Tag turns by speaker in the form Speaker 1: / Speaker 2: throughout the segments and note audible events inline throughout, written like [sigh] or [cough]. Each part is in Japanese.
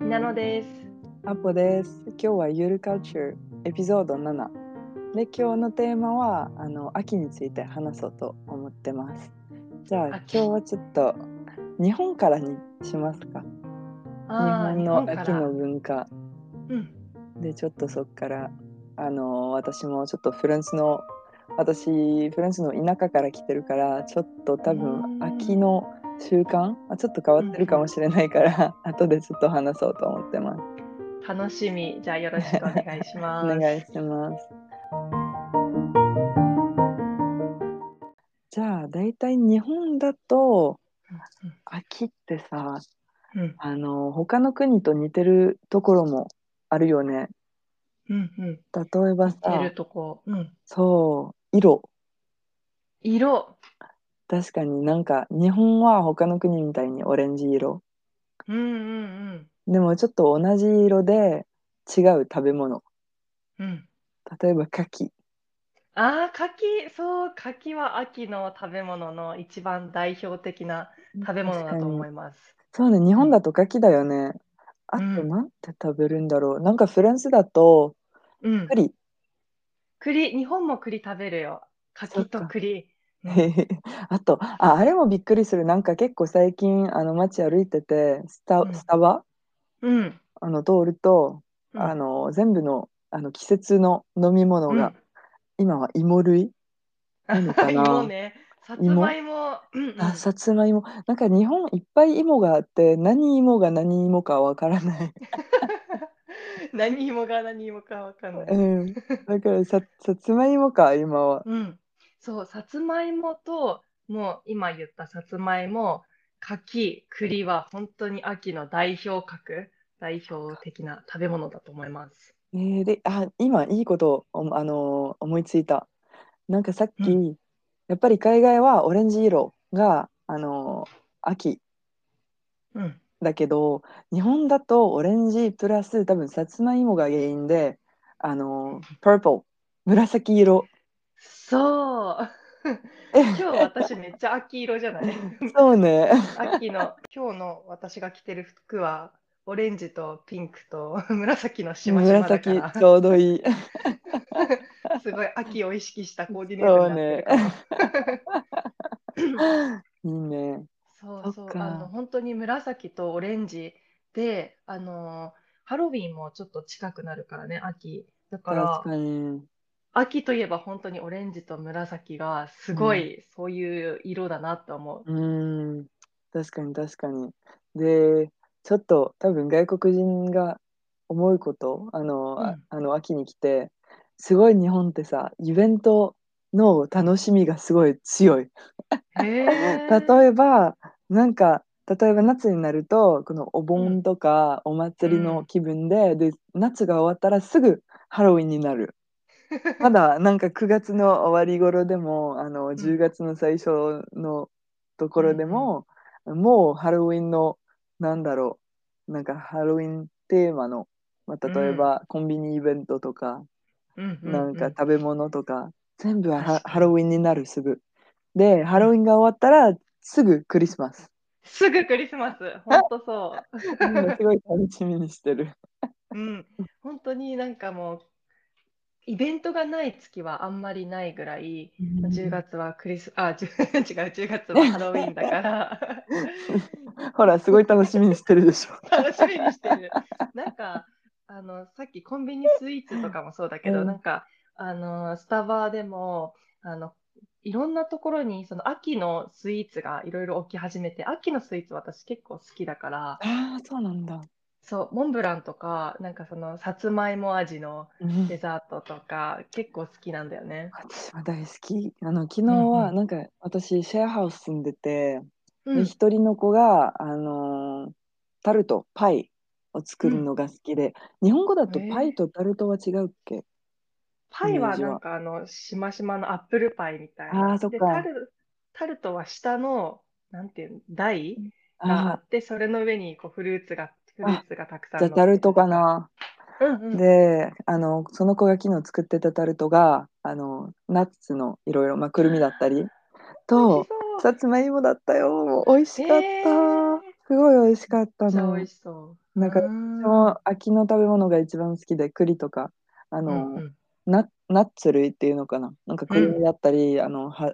Speaker 1: なのです。
Speaker 2: アポです。今日はゆるカルチャーエピソード7。で、今日のテーマはあの秋について話そうと思ってます。じゃあ今
Speaker 1: 秋
Speaker 2: 日はちょっと日本からにしますか。日
Speaker 1: あー
Speaker 2: 本の
Speaker 1: 日本
Speaker 2: 秋
Speaker 1: から
Speaker 2: の文化
Speaker 1: うん。
Speaker 2: でちょっとそっからあの私もちょっとフランスの私フランスの田舎から来てるからちょっと多
Speaker 1: う
Speaker 2: 分
Speaker 1: ん
Speaker 2: 秋の習慣あちょっと変わってるかもしれないから、後でちょっと話そうと思ってます。
Speaker 1: 楽しみ。じゃあよろしくお願いしま
Speaker 2: お [laughs]
Speaker 1: す。
Speaker 2: 願いします。じゃあ大体日本だと秋ってさ
Speaker 1: うん
Speaker 2: あの他の国と似てるところもあるよね。
Speaker 1: うんうん。
Speaker 2: 例えば
Speaker 1: 出る
Speaker 2: さ
Speaker 1: とこ。うん。
Speaker 2: そう色
Speaker 1: 色。
Speaker 2: 確かになんか日本は他の国みたいにオレンジ色
Speaker 1: うんうん
Speaker 2: でもちょっと同じ色で違う食べ物
Speaker 1: うん。うん。
Speaker 2: 例えば牡蠣
Speaker 1: ああ、柿、そう、柿は秋の食べ物の一番代表的な食べ物だと思います。
Speaker 2: そうね、日本だと牡蠣だよね。あと、
Speaker 1: うん
Speaker 2: なんて食べるんだろう。なんかフランスだと、
Speaker 1: うん。
Speaker 2: 栗。
Speaker 1: 栗、日本も栗食べるよ。柿と栗。うん
Speaker 2: へへ [laughs] あとあ、あれもびっくりする。なんか結構最近、あの街歩いてて、スタ
Speaker 1: うん
Speaker 2: スタバ、
Speaker 1: うん。
Speaker 2: あの通ると、
Speaker 1: うん
Speaker 2: あの全部のあの季節の飲み物が、今は芋類、何かな
Speaker 1: 芋ね。さつまいも。うんうん
Speaker 2: あさつまいも。なんか日本いっぱい芋があって、何芋が何芋かわからない。
Speaker 1: 何芋が何芋かわかんな
Speaker 2: う
Speaker 1: い。
Speaker 2: ん、だからささつまいもか、今は。
Speaker 1: うん。そう、さつまいもと、もう今言ったさつまいも、柿、栗は本当に秋の代表格、代表的な食べ物だと思います。
Speaker 2: えー、で、あ、今いいことを、あのー思いついた。なんかさっき、
Speaker 1: う
Speaker 2: やっぱり海外はオレンジ色が、あのー秋
Speaker 1: うん。
Speaker 2: だけど、日本だとオレンジプラス多分さつまいもが原因で、あのー、purple、紫
Speaker 1: [laughs]
Speaker 2: 色。
Speaker 1: そう。
Speaker 2: え、
Speaker 1: 今日私めっちゃ秋色じゃない
Speaker 2: そうね。
Speaker 1: 秋の、今日の私が着てる服は、オレンジとピンクと紫のしましまだか
Speaker 2: 紫
Speaker 1: ら
Speaker 2: ち、ょうどいい。
Speaker 1: すごい秋を意識したコーディネートになってるかも。
Speaker 2: いいね。
Speaker 1: そうそう
Speaker 2: そっか
Speaker 1: あの本当に紫とオレンジであのハロウィンもちょっと近くなるからね秋だから
Speaker 2: 確かに。
Speaker 1: 秋といえば本当にオレンジと紫がすごい、そういう色だなと思
Speaker 2: うーん、確かに確かに。で、ちょっと多分外国人が思うこと、あの、あ
Speaker 1: うん
Speaker 2: あの秋に来て、すごい日本ってさ、イベントの楽しみがすごい強い。
Speaker 1: う。へ
Speaker 2: 例えば、なんか、例えば夏になると、このお盆とかお祭り
Speaker 1: う
Speaker 2: の
Speaker 1: ん
Speaker 2: 気分で、で、夏が終わったらすぐハロウィンにな
Speaker 1: [laughs]
Speaker 2: る。まだなんか9月の終わり頃でもあの10月の最初のところでも、もうハロウィンのなんだろうなんかハロウィンテーマの、まあ、
Speaker 1: うん
Speaker 2: 例えばコンビニイベントとか、
Speaker 1: うんう
Speaker 2: なんか
Speaker 1: う
Speaker 2: 食べ物とか全部は
Speaker 1: 確かに
Speaker 2: ハロウィンになるすぐでハロウィンが終わったらすぐクリスマス
Speaker 1: すぐクリスマス本当そ
Speaker 2: みんなすごい楽しみにしてる
Speaker 1: う、うん、本当になんかもうイベントがない月はあんまりないぐらい10月はクリス、あ、10 [laughs] 違う、10月はハロウィーンだから、
Speaker 2: ほらすごい楽しみにしてるでしょ
Speaker 1: 楽しみにしてる。なんか、あの、さっきコンビニスイーツとかもそうだけど、
Speaker 2: うん
Speaker 1: なんか、あの、スタバでも、あの、いろんなところに、その秋のスイーツがいろいろ起き始めて、秋のスイーツ私結構好きだから、
Speaker 2: ああそうなんだ
Speaker 1: そう、モンブランとか、なんかその、さつまいも味の
Speaker 2: うん
Speaker 1: デザートとか、結構好きなんだよね。
Speaker 2: 私は大好きあの昨日は
Speaker 1: うん
Speaker 2: なんか私シェアハウス住んでてで
Speaker 1: うん、
Speaker 2: 一、人の子が、あのータルトパイを作るのが好きで、日本語だと
Speaker 1: へえ
Speaker 2: パイとタルトは違うっけ、
Speaker 1: パイ
Speaker 2: イメー
Speaker 1: は
Speaker 2: ジは
Speaker 1: なんかあのしましまのアップルパイみたい
Speaker 2: あ
Speaker 1: な。
Speaker 2: ーそっ
Speaker 1: で
Speaker 2: か
Speaker 1: タルタルトは下のなんていうの台があ
Speaker 2: あ
Speaker 1: ってそれの上にこうフルーツがフルーツがたくさん
Speaker 2: あじゃあタルトか。な、
Speaker 1: うんうん、
Speaker 2: であのその子が昨日作ってたタルトがあのナッツのいろいろ、まあ、くるみだったり
Speaker 1: 美味
Speaker 2: と
Speaker 1: しそう
Speaker 2: さつまいもだったよもう美味しかった、
Speaker 1: えー
Speaker 2: すごい美味しかった
Speaker 1: めっちゃ
Speaker 2: の。
Speaker 1: 美味しそう。
Speaker 2: なんか
Speaker 1: うー
Speaker 2: 私
Speaker 1: ん
Speaker 2: も秋の食べ物が一番好きで栗とかあ
Speaker 1: う
Speaker 2: の、
Speaker 1: んうん
Speaker 2: ナナッツ類っていうのかななんか栗だったり、あのハ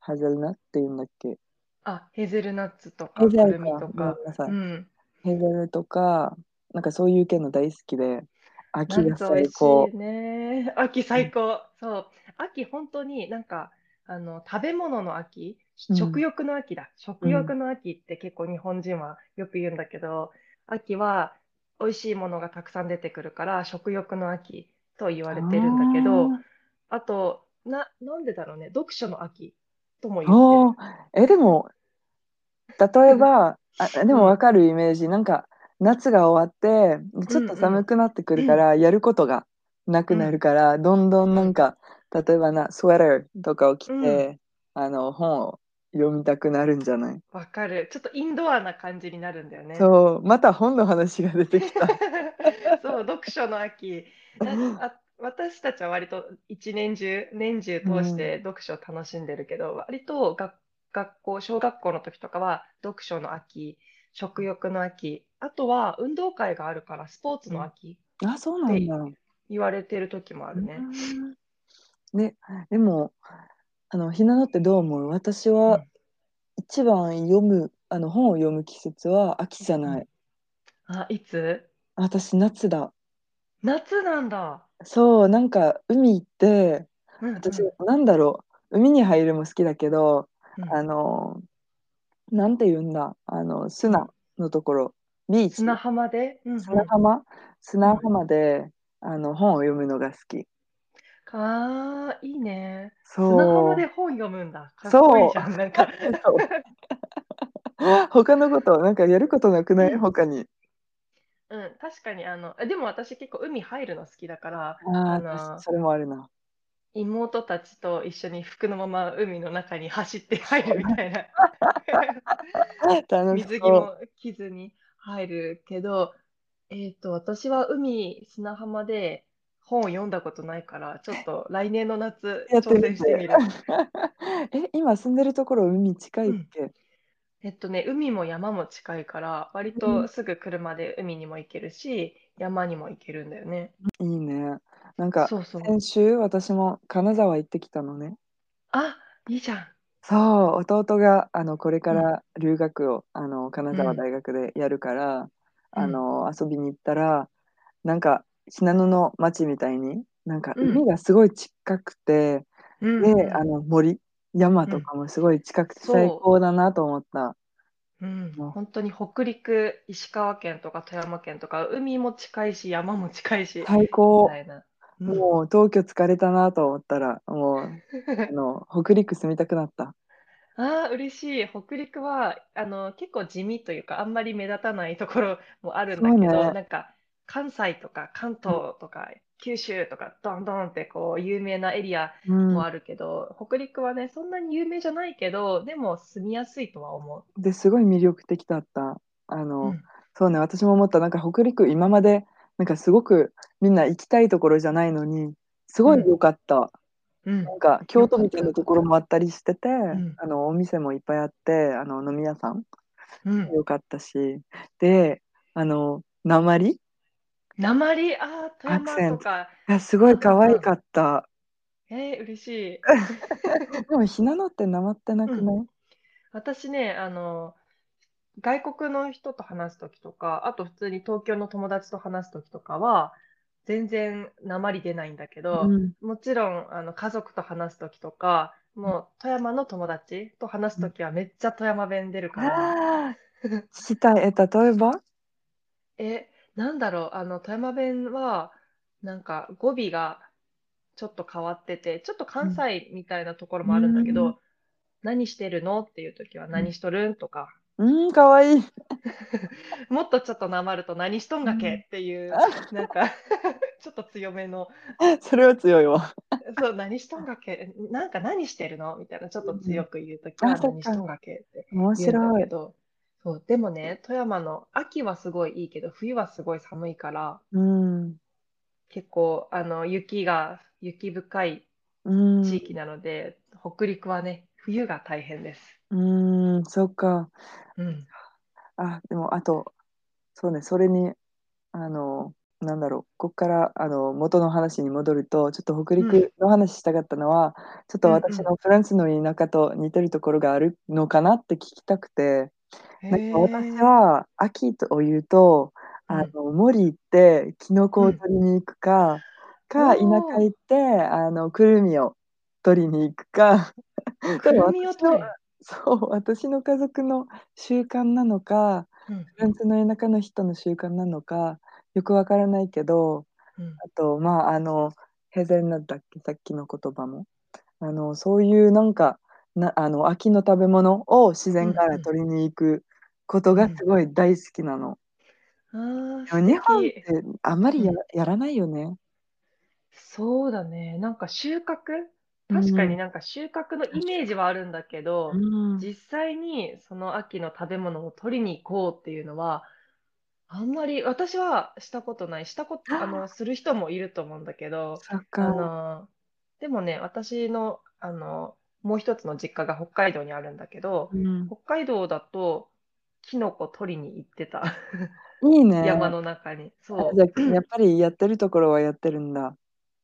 Speaker 2: ハゼルナっていうんだっけ
Speaker 1: あ、ヘゼルナッツとか、
Speaker 2: ヘ
Speaker 1: く
Speaker 2: ゼ
Speaker 1: る
Speaker 2: ル
Speaker 1: み
Speaker 2: か
Speaker 1: と
Speaker 2: ごめ
Speaker 1: か
Speaker 2: ん。なさい、
Speaker 1: うん。
Speaker 2: ヘゼルとかなんかそういう系の大好きで秋
Speaker 1: ナッ
Speaker 2: が
Speaker 1: ツ美
Speaker 2: 最
Speaker 1: 味し
Speaker 2: 高
Speaker 1: いね。秋最高。そう。秋本当になんか、あの、食べ物の秋、
Speaker 2: うん
Speaker 1: 食欲の秋だ。食欲の秋って結構日本人はよく言うんだけど、秋は美味しいものがたくさん出てくるから、食欲の秋と言われてるんだけど、あと、な、なんでだろうね。読書の秋とも
Speaker 2: あ
Speaker 1: 言って
Speaker 2: ーあーえでも例えばあでもわかるイメージなんか夏が終わってちょっと寒くなってくるから、やることがなくなるから、どんどんなんか例えばなスウェーターとかを着て、
Speaker 1: うん
Speaker 2: あの本を読みたくなるんじゃない、
Speaker 1: る。わかる。ちょっとインドアな感じになるんだよね。
Speaker 2: そうまた本の話が出て
Speaker 1: [laughs]
Speaker 2: きた
Speaker 1: そう、読書の秋。なあ私たちは割と一年中、年中通して読書を楽しんでるけど、割と学学校、小学校の時とかは読書の秋、食欲の秋、あとは運動会があるからスポーツの秋、
Speaker 2: あそうなんだ、
Speaker 1: 言われてる時もあるね。
Speaker 2: ねでもあのひなのってどう思う私
Speaker 1: う
Speaker 2: は
Speaker 1: ん
Speaker 2: 一番読むあの本を読む季節は秋じゃない、
Speaker 1: あ、いつ
Speaker 2: 私夏だ
Speaker 1: 夏なんだ。
Speaker 2: そうなんか海行って
Speaker 1: うんうん
Speaker 2: 私、なんだろう海に入るも好きだけど、
Speaker 1: うん
Speaker 2: あのなんて言うんだあの砂のところビーチ
Speaker 1: 砂浜で、うんうん
Speaker 2: 砂浜砂浜で、あの本を読むのが好き
Speaker 1: あーいいね。
Speaker 2: そう
Speaker 1: 砂浜で本読むんだ。かっこいいじゃん。なんか、
Speaker 2: [laughs] 他のことなんかやることなくない、
Speaker 1: うん
Speaker 2: 他に
Speaker 1: うん、確かにあの、えでも私結構海入るの好きだから、
Speaker 2: あ
Speaker 1: あのー
Speaker 2: あそれもあるな
Speaker 1: 妹たちと一緒に服のまま海の中に走って入るみたい
Speaker 2: [laughs]
Speaker 1: な。
Speaker 2: 楽し
Speaker 1: 水着
Speaker 2: そう [laughs]
Speaker 1: も着ずに入るけど、えっと、私は海、砂浜で本を読んだことないから、ちょっと来年の夏
Speaker 2: やってみ
Speaker 1: 挑
Speaker 2: て
Speaker 1: 戦してみる。
Speaker 2: え今住んでるところ海近いっけ、
Speaker 1: えっとね、海も山も近いから、割
Speaker 2: うん
Speaker 1: とすぐ車で海にも行けるし、山にも行けるんだよね。
Speaker 2: いいねなんか
Speaker 1: そうそう。
Speaker 2: 先週私も金沢行ってきたのね
Speaker 1: あ、いいじゃん。
Speaker 2: そう弟があのこれから留学を、あの金沢大学でやるから、あの遊びに行ったらなんか信濃の町みたいになんか
Speaker 1: うん
Speaker 2: 海がすごい近くて、
Speaker 1: うん、
Speaker 2: であの森山とかもすごい近くて
Speaker 1: そう
Speaker 2: 最高だなと思った、
Speaker 1: うん、
Speaker 2: もう
Speaker 1: 本当に北陸、石川県とか富山県とか、海も近いし、山も近いし、み
Speaker 2: 最高
Speaker 1: たいな。うん
Speaker 2: もう東京疲れたなと思ったらもうあの北陸住みたくなった
Speaker 1: ああ、嬉しい。北陸は、あの、結構地味というか、あんまり目立たないところもあるんだけ
Speaker 2: そう
Speaker 1: ど、
Speaker 2: ね
Speaker 1: なんか、関西とか関東とか、九州とか、どんどんってこう、有名なエリア
Speaker 2: うん
Speaker 1: もあるけど、北陸はね、そんなに有名じゃないけど、でも住みやすいとは思
Speaker 2: ですごい魅力的だったあ
Speaker 1: う。
Speaker 2: の、
Speaker 1: うん
Speaker 2: そうね私も思ったなんか北陸今までなんかすごくみんな行きたいところじゃないのにすごい良かった、
Speaker 1: うん
Speaker 2: なんか京都みたいなところもあったりしてて、
Speaker 1: ん
Speaker 2: あのお店もいっぱいあってあの飲み屋さん
Speaker 1: うん。
Speaker 2: 良かったしであの鉛
Speaker 1: 鉛、ああ、富
Speaker 2: アクセ
Speaker 1: 山と
Speaker 2: ント
Speaker 1: か、
Speaker 2: がすごい可愛かった、
Speaker 1: えー、嬉しい。
Speaker 2: でもひなのって鉛ってなくない、
Speaker 1: 私ね、あの、外国の人と話すときとか、あと普通に東京の友達と話すときとかは、全然鉛出ないんだけど、
Speaker 2: うん
Speaker 1: もちろん、あの、家族と話すときとか、もう富山の友達と話すときはめっちゃ富山弁出るから、
Speaker 2: [laughs] あーしたえ例えば
Speaker 1: え、なんだろう、あの、富山弁は、なんか語尾がちょっと変わってて、ちょっと関西みたいなところもあるんだけ
Speaker 2: う
Speaker 1: ど、何してるのっていうときは何しとるんとか、
Speaker 2: うん可愛い [laughs]
Speaker 1: もっとちょっとなまると何しとんがけっていう、なんか [laughs] ちょっと強めの、
Speaker 2: それは強いわ
Speaker 1: そう、何しとんがけ、なんか何してるのみたいな、ちょっと強く言うとき
Speaker 2: うん
Speaker 1: は
Speaker 2: あそっか
Speaker 1: 何しとんがけって
Speaker 2: 面
Speaker 1: 言うんだ
Speaker 2: 白い
Speaker 1: けど、そう、でもね、富山の秋はすごいいいけど、冬はすごい寒いから、
Speaker 2: うん
Speaker 1: 結構あの雪が、雪深い
Speaker 2: うん
Speaker 1: 地域なので、北陸はね、冬が大変です。
Speaker 2: うーん、そっか。
Speaker 1: うん、
Speaker 2: あでもあとそうねそれにあのなんだろうここからあの元の話に戻るとちょっと北陸の話したかったのは、ちょっと私
Speaker 1: うんう
Speaker 2: のフランスの田舎と似てるところがあるのかなって聞きたくて、なんか私は秋というとあの、森行ってキノコを取りに行くか、か田舎
Speaker 1: おー
Speaker 2: 行ってあのくるみを取りに行くか。
Speaker 1: くるみを取れ
Speaker 2: [laughs] でも私のそう私の家族の習慣なのか
Speaker 1: うん
Speaker 2: フランスの田舎の人の習慣なのかよくわからないけど
Speaker 1: うん
Speaker 2: あとまああのヘゼンだったっけさっきの言葉もあのそういうなんかなあの秋の食べ物を自然から取りに行くことがすごい大好きなの。
Speaker 1: あー
Speaker 2: でも日本
Speaker 1: 素
Speaker 2: っ
Speaker 1: 敵
Speaker 2: てあんまりや,、
Speaker 1: うん
Speaker 2: やらないよね。
Speaker 1: そうだね。なんか収穫確かになんか収穫のイメージはあるんだけど、
Speaker 2: うん
Speaker 1: 実際にその秋の食べ物を取りに行こうっていうのは、あんまり私はしたことない。したこと、
Speaker 2: あー
Speaker 1: あの、する人もいると思うんだけど、
Speaker 2: そっ
Speaker 1: あ
Speaker 2: か
Speaker 1: の、でもね、私の、あの、もう一つの実家が北海道にあるんだけど、
Speaker 2: うん
Speaker 1: 北海道だと、キノコ取りに行ってた。
Speaker 2: いいね。
Speaker 1: 山の中に。そ
Speaker 2: あ
Speaker 1: う。
Speaker 2: じゃあやっぱりやってるところはやってるんだ。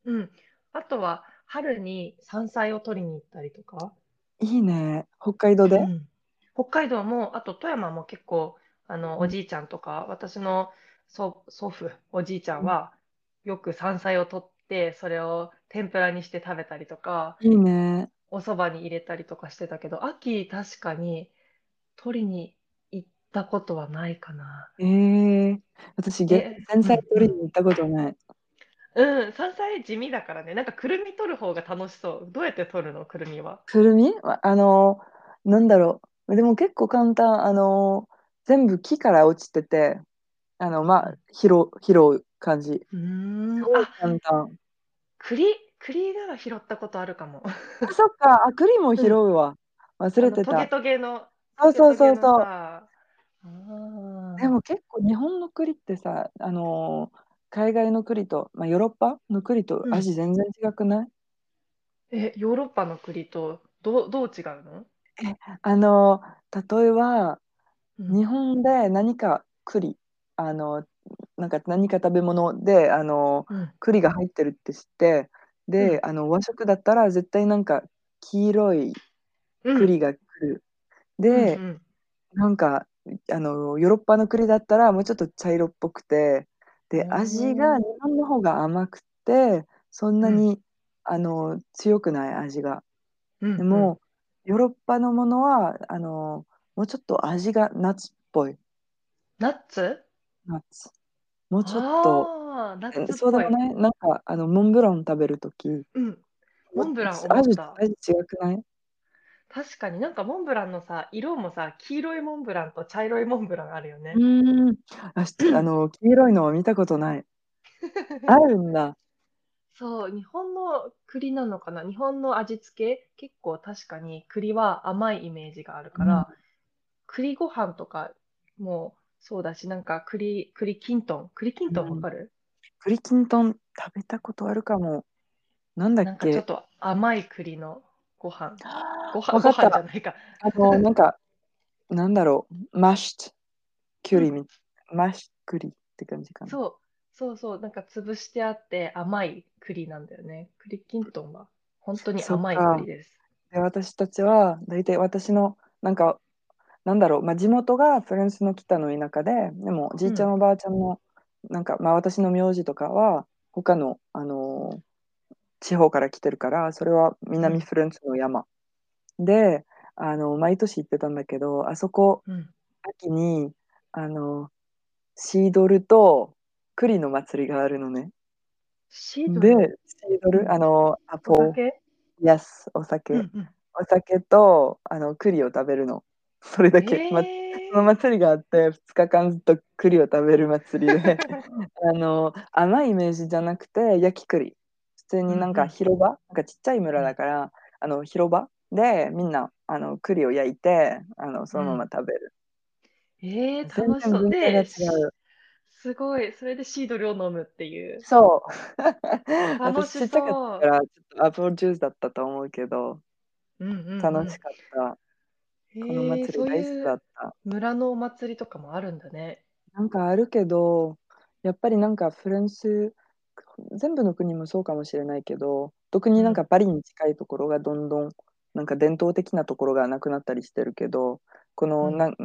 Speaker 1: うん。あとは、春に山菜を取りに行ったりとか。
Speaker 2: いいね。北海道で。
Speaker 1: うん北海道も、あと富山も結構、あの、おじいちゃんとか、私の祖祖父、おじいちゃんは、よく山菜を取って、それを天ぷらにして食べたりとか、
Speaker 2: いいね。
Speaker 1: おそばに入れたりとかしてたけど、秋、確かに、取りに行ったことはないかな。
Speaker 2: えー、私、げ
Speaker 1: え
Speaker 2: 前菜取りに行ったことない。
Speaker 1: うん、山菜地味だからね。なんか、くるみ取る方が楽しそう。どうやって取るのくるみは。
Speaker 2: くるみああの、なんだろう。でも結構簡単。あの、全部木から落ちてて、あの、まあ、拾う、拾う感じ。
Speaker 1: うーん
Speaker 2: すごい
Speaker 1: あ、
Speaker 2: 簡単。
Speaker 1: 栗、栗なら拾ったことあるかも。
Speaker 2: あ、そっか。あ、栗も拾うわ。忘れて
Speaker 1: あの
Speaker 2: た。
Speaker 1: トゲトゲの。
Speaker 2: そうそうそ
Speaker 1: ト
Speaker 2: うそう
Speaker 1: ゲトゲのさあー
Speaker 2: でも結構日本の栗ってさ、あの海外の栗と、まあ、ヨーロッパの栗と
Speaker 1: うん
Speaker 2: 味全然違くない、
Speaker 1: え、ヨーロッパの栗とどうどう違うの、
Speaker 2: あの例えば
Speaker 1: うん
Speaker 2: 日本で何か栗あのなんか何か食べ物であの
Speaker 1: うん
Speaker 2: 栗が入ってるって知ってで、あの和食だったら絶対なんか黄色い
Speaker 1: うん
Speaker 2: 栗が来る、で、
Speaker 1: うんうん
Speaker 2: なんかあのヨーロッパの栗だったらもうちょっと茶色っぽくてで
Speaker 1: うん
Speaker 2: 味が日本の方が甘くてそんなに、あの強くない味が。
Speaker 1: うん
Speaker 2: でも、ヨーロッパのものはあのもうちょっと味が夏っぽい
Speaker 1: ナッツ
Speaker 2: 夏もうちょっと
Speaker 1: あーナッ
Speaker 2: え
Speaker 1: ツっ
Speaker 2: そうで
Speaker 1: ぽ
Speaker 2: も
Speaker 1: い。
Speaker 2: ないなんかあのモンブラン食べるとき
Speaker 1: うん、モンブラン思
Speaker 2: 味
Speaker 1: った
Speaker 2: 味違くない
Speaker 1: 確かになんかモンブランのさ色もさ黄色いモンブランと茶色いモンブランあるよね。
Speaker 2: うんあし
Speaker 1: [laughs]
Speaker 2: あの黄色いのは見たことないあるんだ
Speaker 1: そう、日本の栗なのかな日本の味付け、結構確かに栗は甘いイメージがあるから、栗ご飯とかもそうだし、なんか栗、栗きんとん。栗きんとんわかる、
Speaker 2: 栗きんとん食べたことあるかもなんだ
Speaker 1: なん
Speaker 2: っ
Speaker 1: かちょ
Speaker 2: け
Speaker 1: っと甘い栗のご飯。
Speaker 2: あ
Speaker 1: ご飯、ご
Speaker 2: わか
Speaker 1: 飯
Speaker 2: っ
Speaker 1: じゃ
Speaker 2: た
Speaker 1: ないか。
Speaker 2: あのなんかなんだろうマッシュキュリみマッシュクリって感じかな
Speaker 1: そう、そうそう、なんか潰してあって甘い栗なんだよね。栗きんとんは本当に甘い
Speaker 2: そっか
Speaker 1: 栗です。
Speaker 2: で私たちは大体私のなんかなんだろう、まあ、地元がフランスの北の田舎ででもじいちゃんおばあちゃんの、なんか、まあ、私の名字とかは他の、あのー地方から来てるからそれは南フランスの山、であの毎年行ってたんだけどあそこ
Speaker 1: うん。
Speaker 2: 秋にあのシードルと栗の祭りがあるのね
Speaker 1: シード
Speaker 2: で
Speaker 1: ル
Speaker 2: シードルあのアポ
Speaker 1: お酒
Speaker 2: ヤスお酒、
Speaker 1: うんうん
Speaker 2: お酒とあの栗を食べるのそれだけ、ま
Speaker 1: え
Speaker 2: その祭りがあって2日間ずっと栗を食べる祭
Speaker 1: [laughs]
Speaker 2: りであの甘いイメージじゃなくて焼き栗普通になん
Speaker 1: うん
Speaker 2: か
Speaker 1: うん
Speaker 2: 広場、なんかちっちゃい村だから、あの広場でみんなあの栗を焼いてあのそのまま食べる、
Speaker 1: ー、えー、
Speaker 2: 全
Speaker 1: 楽し
Speaker 2: 然
Speaker 1: そう
Speaker 2: 文化が違
Speaker 1: で
Speaker 2: う
Speaker 1: すごい、それでシードルを飲むっていう。
Speaker 2: そう
Speaker 1: [laughs] 楽しそう
Speaker 2: 私 [laughs] ちっちゃかったからちょっとアップルジュースだったと思うけど
Speaker 1: うんうんうん
Speaker 2: 楽しかった、
Speaker 1: へ
Speaker 2: この
Speaker 1: え
Speaker 2: 祭
Speaker 1: そう
Speaker 2: り大好
Speaker 1: い
Speaker 2: きだ
Speaker 1: う
Speaker 2: った。
Speaker 1: 村のお祭りとかもあるんだね。
Speaker 2: なんかあるけど、やっぱりなんかフランス、全部の国もそうかもしれないけど、特になんかパリに近いところがどんどん、なんか伝統的なところがなくなったりしてるけど、この
Speaker 1: うん
Speaker 2: なん、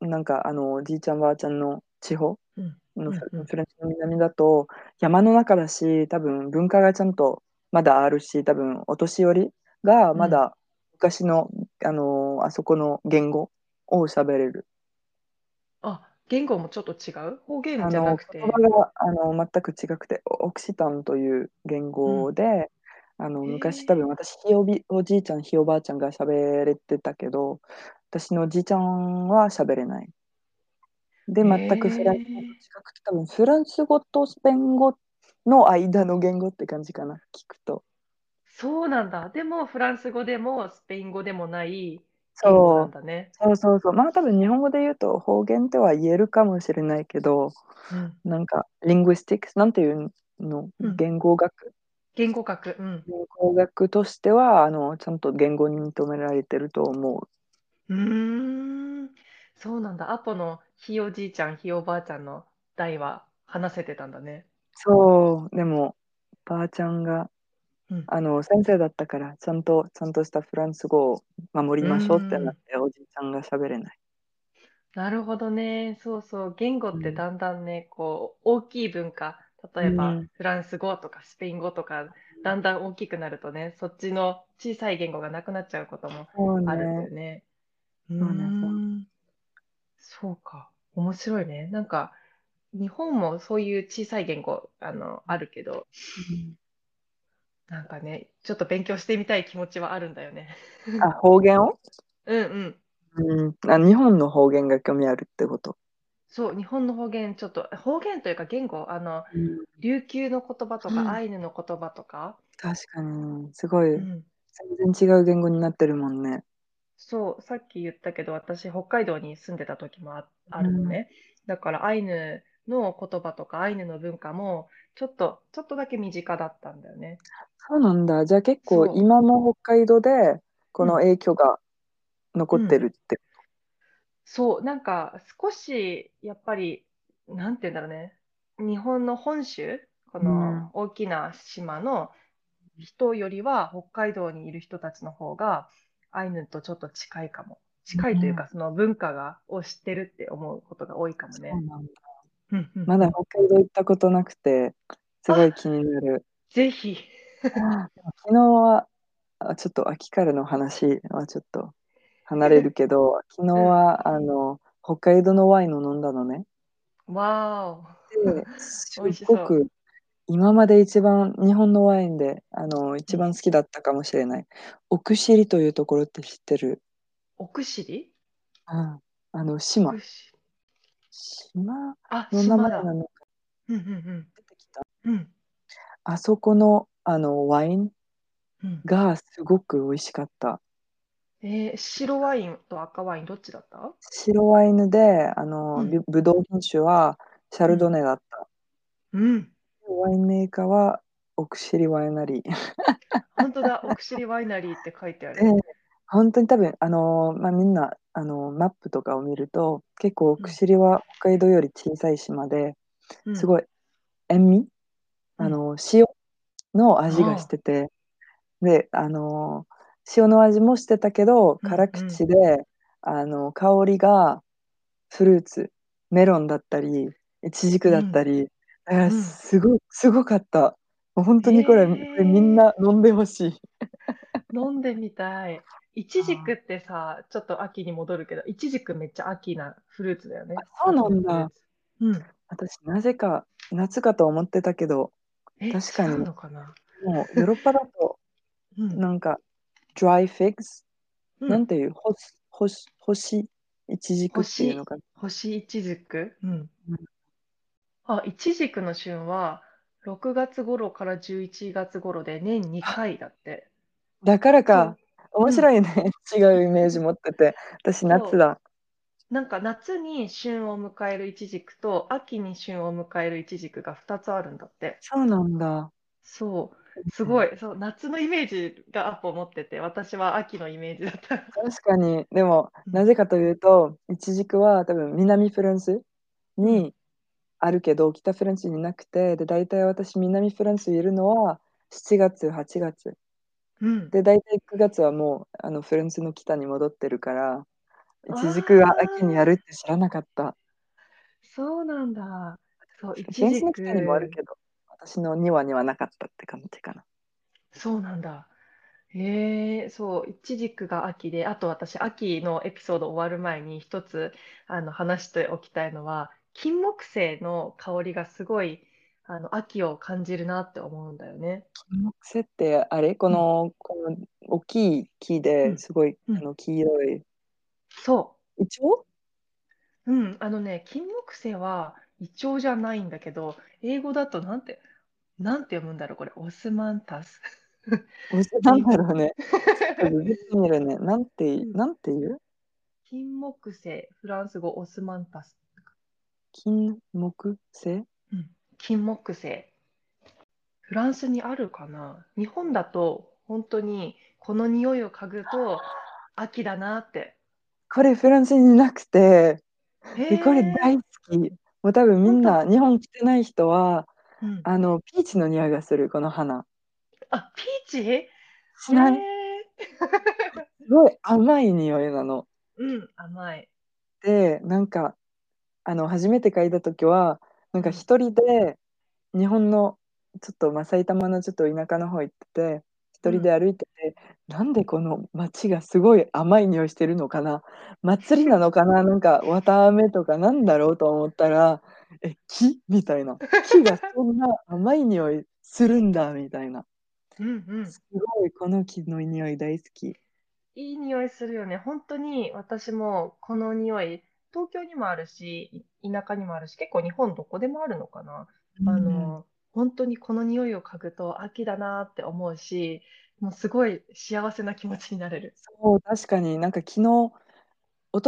Speaker 2: なんかあの、おじいちゃんばあちゃんの地方
Speaker 1: うん
Speaker 2: のフ
Speaker 1: うんうん
Speaker 2: フランスの南だと、山の中だし、多分文化がちゃんとまだあるし、多分お年寄りがまだ昔の、あの、あそこの言語を喋れる。
Speaker 1: あ、言語もちょっと違う方言
Speaker 2: あ
Speaker 1: じゃ
Speaker 2: の
Speaker 1: なくて。
Speaker 2: 言葉があの全く違くてオオクシタンという言語で、あの
Speaker 1: へえ
Speaker 2: 昔多分私ひよびおじいちゃんひいおばあちゃんが喋れてたけど私のおじいちゃんは喋れない。で
Speaker 1: へ
Speaker 2: 全
Speaker 1: え
Speaker 2: くフランス語と違くて多分フランス語とスペイン語の間の言語って感じかな聞くと。
Speaker 1: そうなんだ。でもフランス語でもスペイン語でもない言語な
Speaker 2: そ
Speaker 1: ん
Speaker 2: う
Speaker 1: だね。
Speaker 2: そうそうそうまあ多分日本語で言うと方言とは言えるかもしれないけど
Speaker 1: うん、
Speaker 2: なんかリングスティックスなんていうの
Speaker 1: うん
Speaker 2: 言語学、
Speaker 1: 言語学。うん。
Speaker 2: 工学としてはあのちゃんと言語に認められてると思
Speaker 1: う
Speaker 2: う。
Speaker 1: ーん。そうなんだ。アポのひいおじいちゃん、ひいおばあちゃんの代は話せてたんだね。
Speaker 2: そうでもばあちゃんが
Speaker 1: うん。
Speaker 2: あの先生だったからちゃんとちゃんとしたフランス語を守りましょうってなっておじいちゃんが喋れない。
Speaker 1: なるほどね。そうそう。言語ってだんだんね、こう、大きい文化、例え
Speaker 2: う
Speaker 1: ば
Speaker 2: ん
Speaker 1: フランス語とかスペイン語とか、だんだん大きくなるとね、そっちの小さい言語がなくなっちゃうことも
Speaker 2: そう
Speaker 1: あるんだよ
Speaker 2: ね。
Speaker 1: ね。う
Speaker 2: そうねそう
Speaker 1: ーんそうか。面白いね。なんか、日本もそういう小さい言語、あの、あるけど、なんかね、ちょっと勉強してみたい気持ちはあるんだよね。
Speaker 2: うんあ方言を、
Speaker 1: うんうん。
Speaker 2: うん、あ日本の方言が興味あるってこと。
Speaker 1: そう、日本の方言、ちょっと、方言というか言語、あの、琉球の言葉と
Speaker 2: うん
Speaker 1: か、アイヌの言葉とか、
Speaker 2: 確かにすごい
Speaker 1: うん、
Speaker 2: 全然違う言語になってるもんね。
Speaker 1: そう、さっき言ったけど、私、北海道に住んでた時もあ、あるのね。だから、アイヌの言葉とか、アイヌの文化も、ちょっと、ちょっとだけ身近だったんだよね。
Speaker 2: そうなんだ。じゃあ結構
Speaker 1: そう
Speaker 2: 今も北海道でこの影響が残ってるって。
Speaker 1: そう、なんか少しやっぱり、なんて言うんだろうね、日本の本州、こ
Speaker 2: うん
Speaker 1: の大きな島の人よりは、北海道にいる人たちの方が、アイヌとちょっと近いかも。近いというか、その文化がを知ってるって思うことが多いかも
Speaker 2: そう
Speaker 1: ね。
Speaker 2: なんだ
Speaker 1: うんうん
Speaker 2: まだ北海道行ったことなくて、すごい気になる。
Speaker 1: ぜひ。
Speaker 2: 昨日は、あちょっと秋からの話はちょっと離れるけど、昨日は、あの、北海道のワインを飲んだのね。
Speaker 1: わ
Speaker 2: で、す
Speaker 1: 美味し
Speaker 2: っご
Speaker 1: そう
Speaker 2: く、今まで一番、日本のワインで、あの、一番好きだったかもしれない。奥尻というところって知ってる。
Speaker 1: お、奥尻
Speaker 2: うん、あの、島。
Speaker 1: 奥尻
Speaker 2: 島
Speaker 1: あ、
Speaker 2: の名
Speaker 1: 島
Speaker 2: 前
Speaker 1: だ。
Speaker 2: なのか
Speaker 1: うんうん
Speaker 2: 出てきた。
Speaker 1: うん。うん
Speaker 2: あそこの、あの、ワイン
Speaker 1: うん。
Speaker 2: がすごく美味しかった。
Speaker 1: えー白ワインと赤ワインどっちだった
Speaker 2: 白ワインで、あの、
Speaker 1: うん
Speaker 2: ぶぶどう品種はシャルドネだった。
Speaker 1: うん。
Speaker 2: ワインメーカーはオクシリワイナリー。 [laughs]
Speaker 1: 本当だ、お薬ワイナリーって書いてあ
Speaker 2: ええ
Speaker 1: る。
Speaker 2: 本当に多分、あの、まあ、みんな、あの、マップとかを見ると、結構オクシリは北海道より小さい島で、
Speaker 1: うん
Speaker 2: すごい塩味、あの、塩の味がしてて、で、あの、塩の味もしてたけど、
Speaker 1: うん
Speaker 2: 辛口で、あの、香りがフルーツ、メロンだったり、イチジクだったり、だから
Speaker 1: うん
Speaker 2: すごい、すごかった。もう本当にこれ、
Speaker 1: へ
Speaker 2: こ
Speaker 1: ー
Speaker 2: れみんな飲んでほしい。
Speaker 1: 飲んでみたい。イチジクってさ、ちょっと秋に戻るけど、イチジクめっちゃ秋なフルーツだよね。
Speaker 2: あそうなん
Speaker 1: 秋
Speaker 2: だ
Speaker 1: のフルーツ。
Speaker 2: 私、なぜか夏かと思ってたけど、
Speaker 1: うん。え、
Speaker 2: 確かに
Speaker 1: 違うのかな。
Speaker 2: もうヨーロッパだと、
Speaker 1: うん
Speaker 2: なんか、ドライフィックス、
Speaker 1: う
Speaker 2: なん
Speaker 1: ん、
Speaker 2: ていう、ほし、ほし、ほし、イチジクっていうのかな。
Speaker 1: 星イチジク。うん
Speaker 2: うん。
Speaker 1: あ、イチジクの旬は6月頃から11月頃で年2回だって。
Speaker 2: だからか
Speaker 1: そう。
Speaker 2: 面白いね、違うイメージ持ってて私夏だ
Speaker 1: なんか夏に旬を迎えるイチジクと秋に旬を迎えるイチジクが2つあるんだって。
Speaker 2: そうなんだ
Speaker 1: そう。すごい、そう、夏のイメージがアップを持ってて、私は秋のイメージだった。
Speaker 2: 確かにでも
Speaker 1: うん
Speaker 2: なぜかというとイチジクは多分南フランスにあるけど北フランスになくてで大体私南フランスにいるのは7月8月
Speaker 1: うん。
Speaker 2: で大体9月はもうあのフランスの北に戻ってるからイ
Speaker 1: あー
Speaker 2: チジクが秋にあるって知らなかった
Speaker 1: そうなんだ。そう、イ
Speaker 2: フラ
Speaker 1: チ
Speaker 2: ン
Speaker 1: ジ
Speaker 2: スの北にもある
Speaker 1: ク。
Speaker 2: けど私の庭にはなかったって感じかな
Speaker 1: そうなんだ。えー、そう、イチジクが秋で、あと私、秋のエピソード終わる前に一つ、あの、話しておきたいのは、金木犀の香りがすごい、あの、秋を感じるなって思うんだよね。
Speaker 2: 木星ってあれこの,、この大きい木
Speaker 1: うん
Speaker 2: ですごい、
Speaker 1: うん
Speaker 2: あの黄色い
Speaker 1: そ
Speaker 2: イチョウ
Speaker 1: う、うん、あのね、金木犀はイチョウじゃないんだけど、英語だとなんて、なんて読むんだろう、これ、オスマンタス。
Speaker 2: お店 [laughs] なんだろうね。ちょっと出てみる [laughs] ね。なんて、なんていう
Speaker 1: 金木犀、フランス語オスマンタス。
Speaker 2: 金木星
Speaker 1: うん金木犀。フランスにあるかな日本だと本当にこの匂いを嗅ぐと秋だなって。
Speaker 2: これフランスになくて、でこれ
Speaker 1: へー
Speaker 2: 大好き。もう多分みんな、
Speaker 1: 本
Speaker 2: 日本来てない人は、
Speaker 1: うんあ
Speaker 2: あの、ピーチの匂いがする、この花。
Speaker 1: ピーチへ
Speaker 2: しない。
Speaker 1: ー
Speaker 2: すごい甘い匂いなの。
Speaker 1: うん、甘い。
Speaker 2: で、なんか、あの、初めて嗅いだ時は、なんか一人で、日本の、ちょっと、まあ、埼玉のちょっと田舎の方行ってて、一人で歩いてて、なんでこの街がすごい甘い匂いしてるのかな祭りなのかななんか綿あめとかなんだろうと思ったらえ木みたいな木がそんな甘い匂いするんだみたいな
Speaker 1: うんうん。
Speaker 2: すごいこの木の匂い大好き
Speaker 1: いい匂いするよね。本当に私もこの匂い、東京にもあるし、い田舎にもあるし、結構日本どこでもあるのかな。あの、本当にこの匂いを嗅ぐと秋だなって思うし、もうすごい幸せな気持ちになれる。
Speaker 2: そう確かになんか昨日一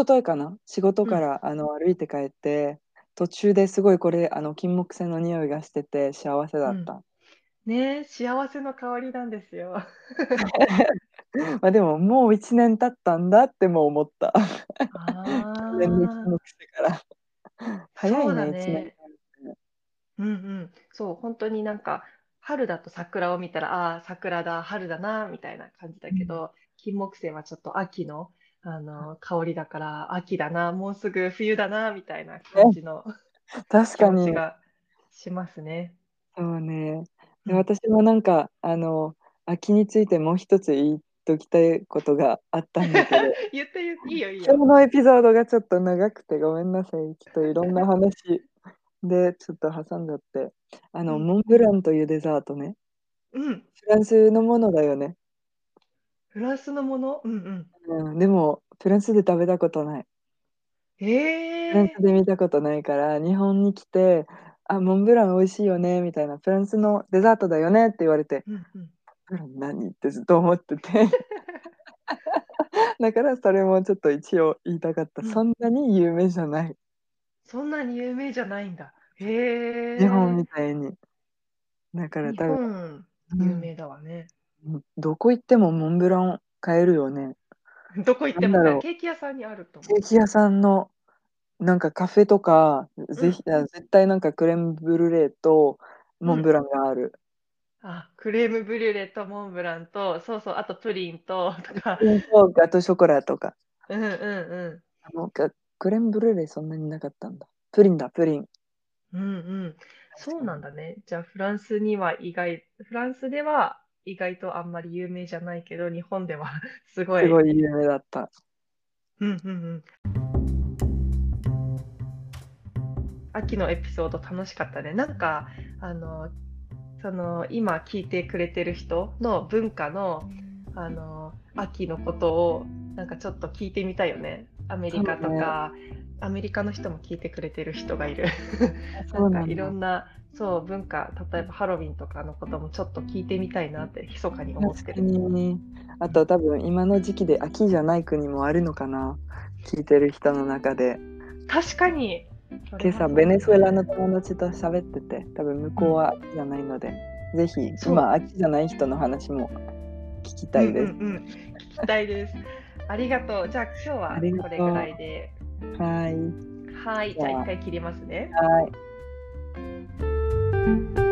Speaker 2: 昨日かな仕事から、あの歩いて帰って途中ですごいこれあの金木犀の匂いがしてて幸せだった、
Speaker 1: ねえ、幸せの香りなんです
Speaker 2: [laughs]
Speaker 1: よ。
Speaker 2: まあでももう1年経ったんだっても思った
Speaker 1: あ
Speaker 2: 完全に金
Speaker 1: あ、
Speaker 2: 木犀から早
Speaker 1: そう
Speaker 2: い
Speaker 1: だ
Speaker 2: ね一年
Speaker 1: ね。うんうん。そう、本当になんか、春だと桜を見たら、ああー、桜だ、春だな、みたいな感じだけど、金木犀はちょっと秋の、あの、香りだから、秋だな、もうすぐ冬だな、みたいな感じの
Speaker 2: 確
Speaker 1: 気
Speaker 2: か
Speaker 1: 持ち
Speaker 2: に
Speaker 1: がしますね。
Speaker 2: そうねで
Speaker 1: うん
Speaker 2: 私もなんかあの秋についてもう一つ言っときたいことがあったんだけど
Speaker 1: 言って言っていいよいい
Speaker 2: 今日
Speaker 1: よ。
Speaker 2: のエピソードがちょっと長くてごめんなさいちょっといろんな話でちょっと挟んじゃってあ
Speaker 1: う
Speaker 2: の、
Speaker 1: ん
Speaker 2: モンブランというデザートね
Speaker 1: うん。
Speaker 2: フランスのものだよね、
Speaker 1: フランスのものうんうん。
Speaker 2: うん、でもフランスで食べたことない
Speaker 1: え
Speaker 2: フラン
Speaker 1: え
Speaker 2: スで見たことないから日本に来てあモンブラン美味しいよねみたいなフランスのデザートだよねって言われて
Speaker 1: うんうん。
Speaker 2: モンブラン何ってずっと思ってて [laughs] だからそれもちょっと一応言いたかった、
Speaker 1: うん
Speaker 2: そんなに有名じゃない
Speaker 1: そんなに有名じゃないんだ。へえ。
Speaker 2: 日本みたいにだから
Speaker 1: 日
Speaker 2: 多分、
Speaker 1: 本有名だわね。
Speaker 2: うんどこ行ってもモンブラン買えるよね
Speaker 1: どこ行っても
Speaker 2: なんだろ
Speaker 1: ね
Speaker 2: う
Speaker 1: ケーキ屋さんにあると思
Speaker 2: ケーキ屋さんのなんかカフェとか、ぜひあ絶対なんかクレームブルーレイとモンブランがある、
Speaker 1: う。あ、クレームブリュレとモンブランと、そうそう、あとプリンと、 [laughs] とか。
Speaker 2: とガトーショコラとか
Speaker 1: うんうん
Speaker 2: あのかクレームブルーレイそんなになかったんだプリンだプリン
Speaker 1: うん。うんうん。そうなんだね。じゃあ、フランスには意外、フランスでは意外とあんまり有名じゃないけど、日本では [laughs] すご
Speaker 2: す
Speaker 1: い。
Speaker 2: ごい有名だった
Speaker 1: うんうんうん。秋のエピソード楽しかったね。なんかあのその今聞いてくれてる人の文化のあの秋のことをなんかちょっと聞いてみたいよね。アメリカとか、アメリカの人も聞いてくれてる人がいる。 [laughs] なんかいろんなそう文化例えばハロウィンとかのこともちょっと聞いてみたいなって密かに思って
Speaker 2: 確か
Speaker 1: る。
Speaker 2: にあと多分今の時期で秋じゃない国もあるのかな聞いてる人の中で
Speaker 1: 確かに
Speaker 2: 今朝ベネズエラの友達と喋ってて多分向こうは秋じゃないのでぜひ
Speaker 1: そう
Speaker 2: 今秋じゃない人の話も聞きたいです
Speaker 1: うん。うんうん聞きたいです。ありがとう。じゃあ今日は
Speaker 2: ありが
Speaker 1: こと
Speaker 2: う
Speaker 1: れぐらいで。
Speaker 2: はい
Speaker 1: はい。じゃ
Speaker 2: じゃ
Speaker 1: あ
Speaker 2: あ
Speaker 1: 一回切りますね。
Speaker 2: はい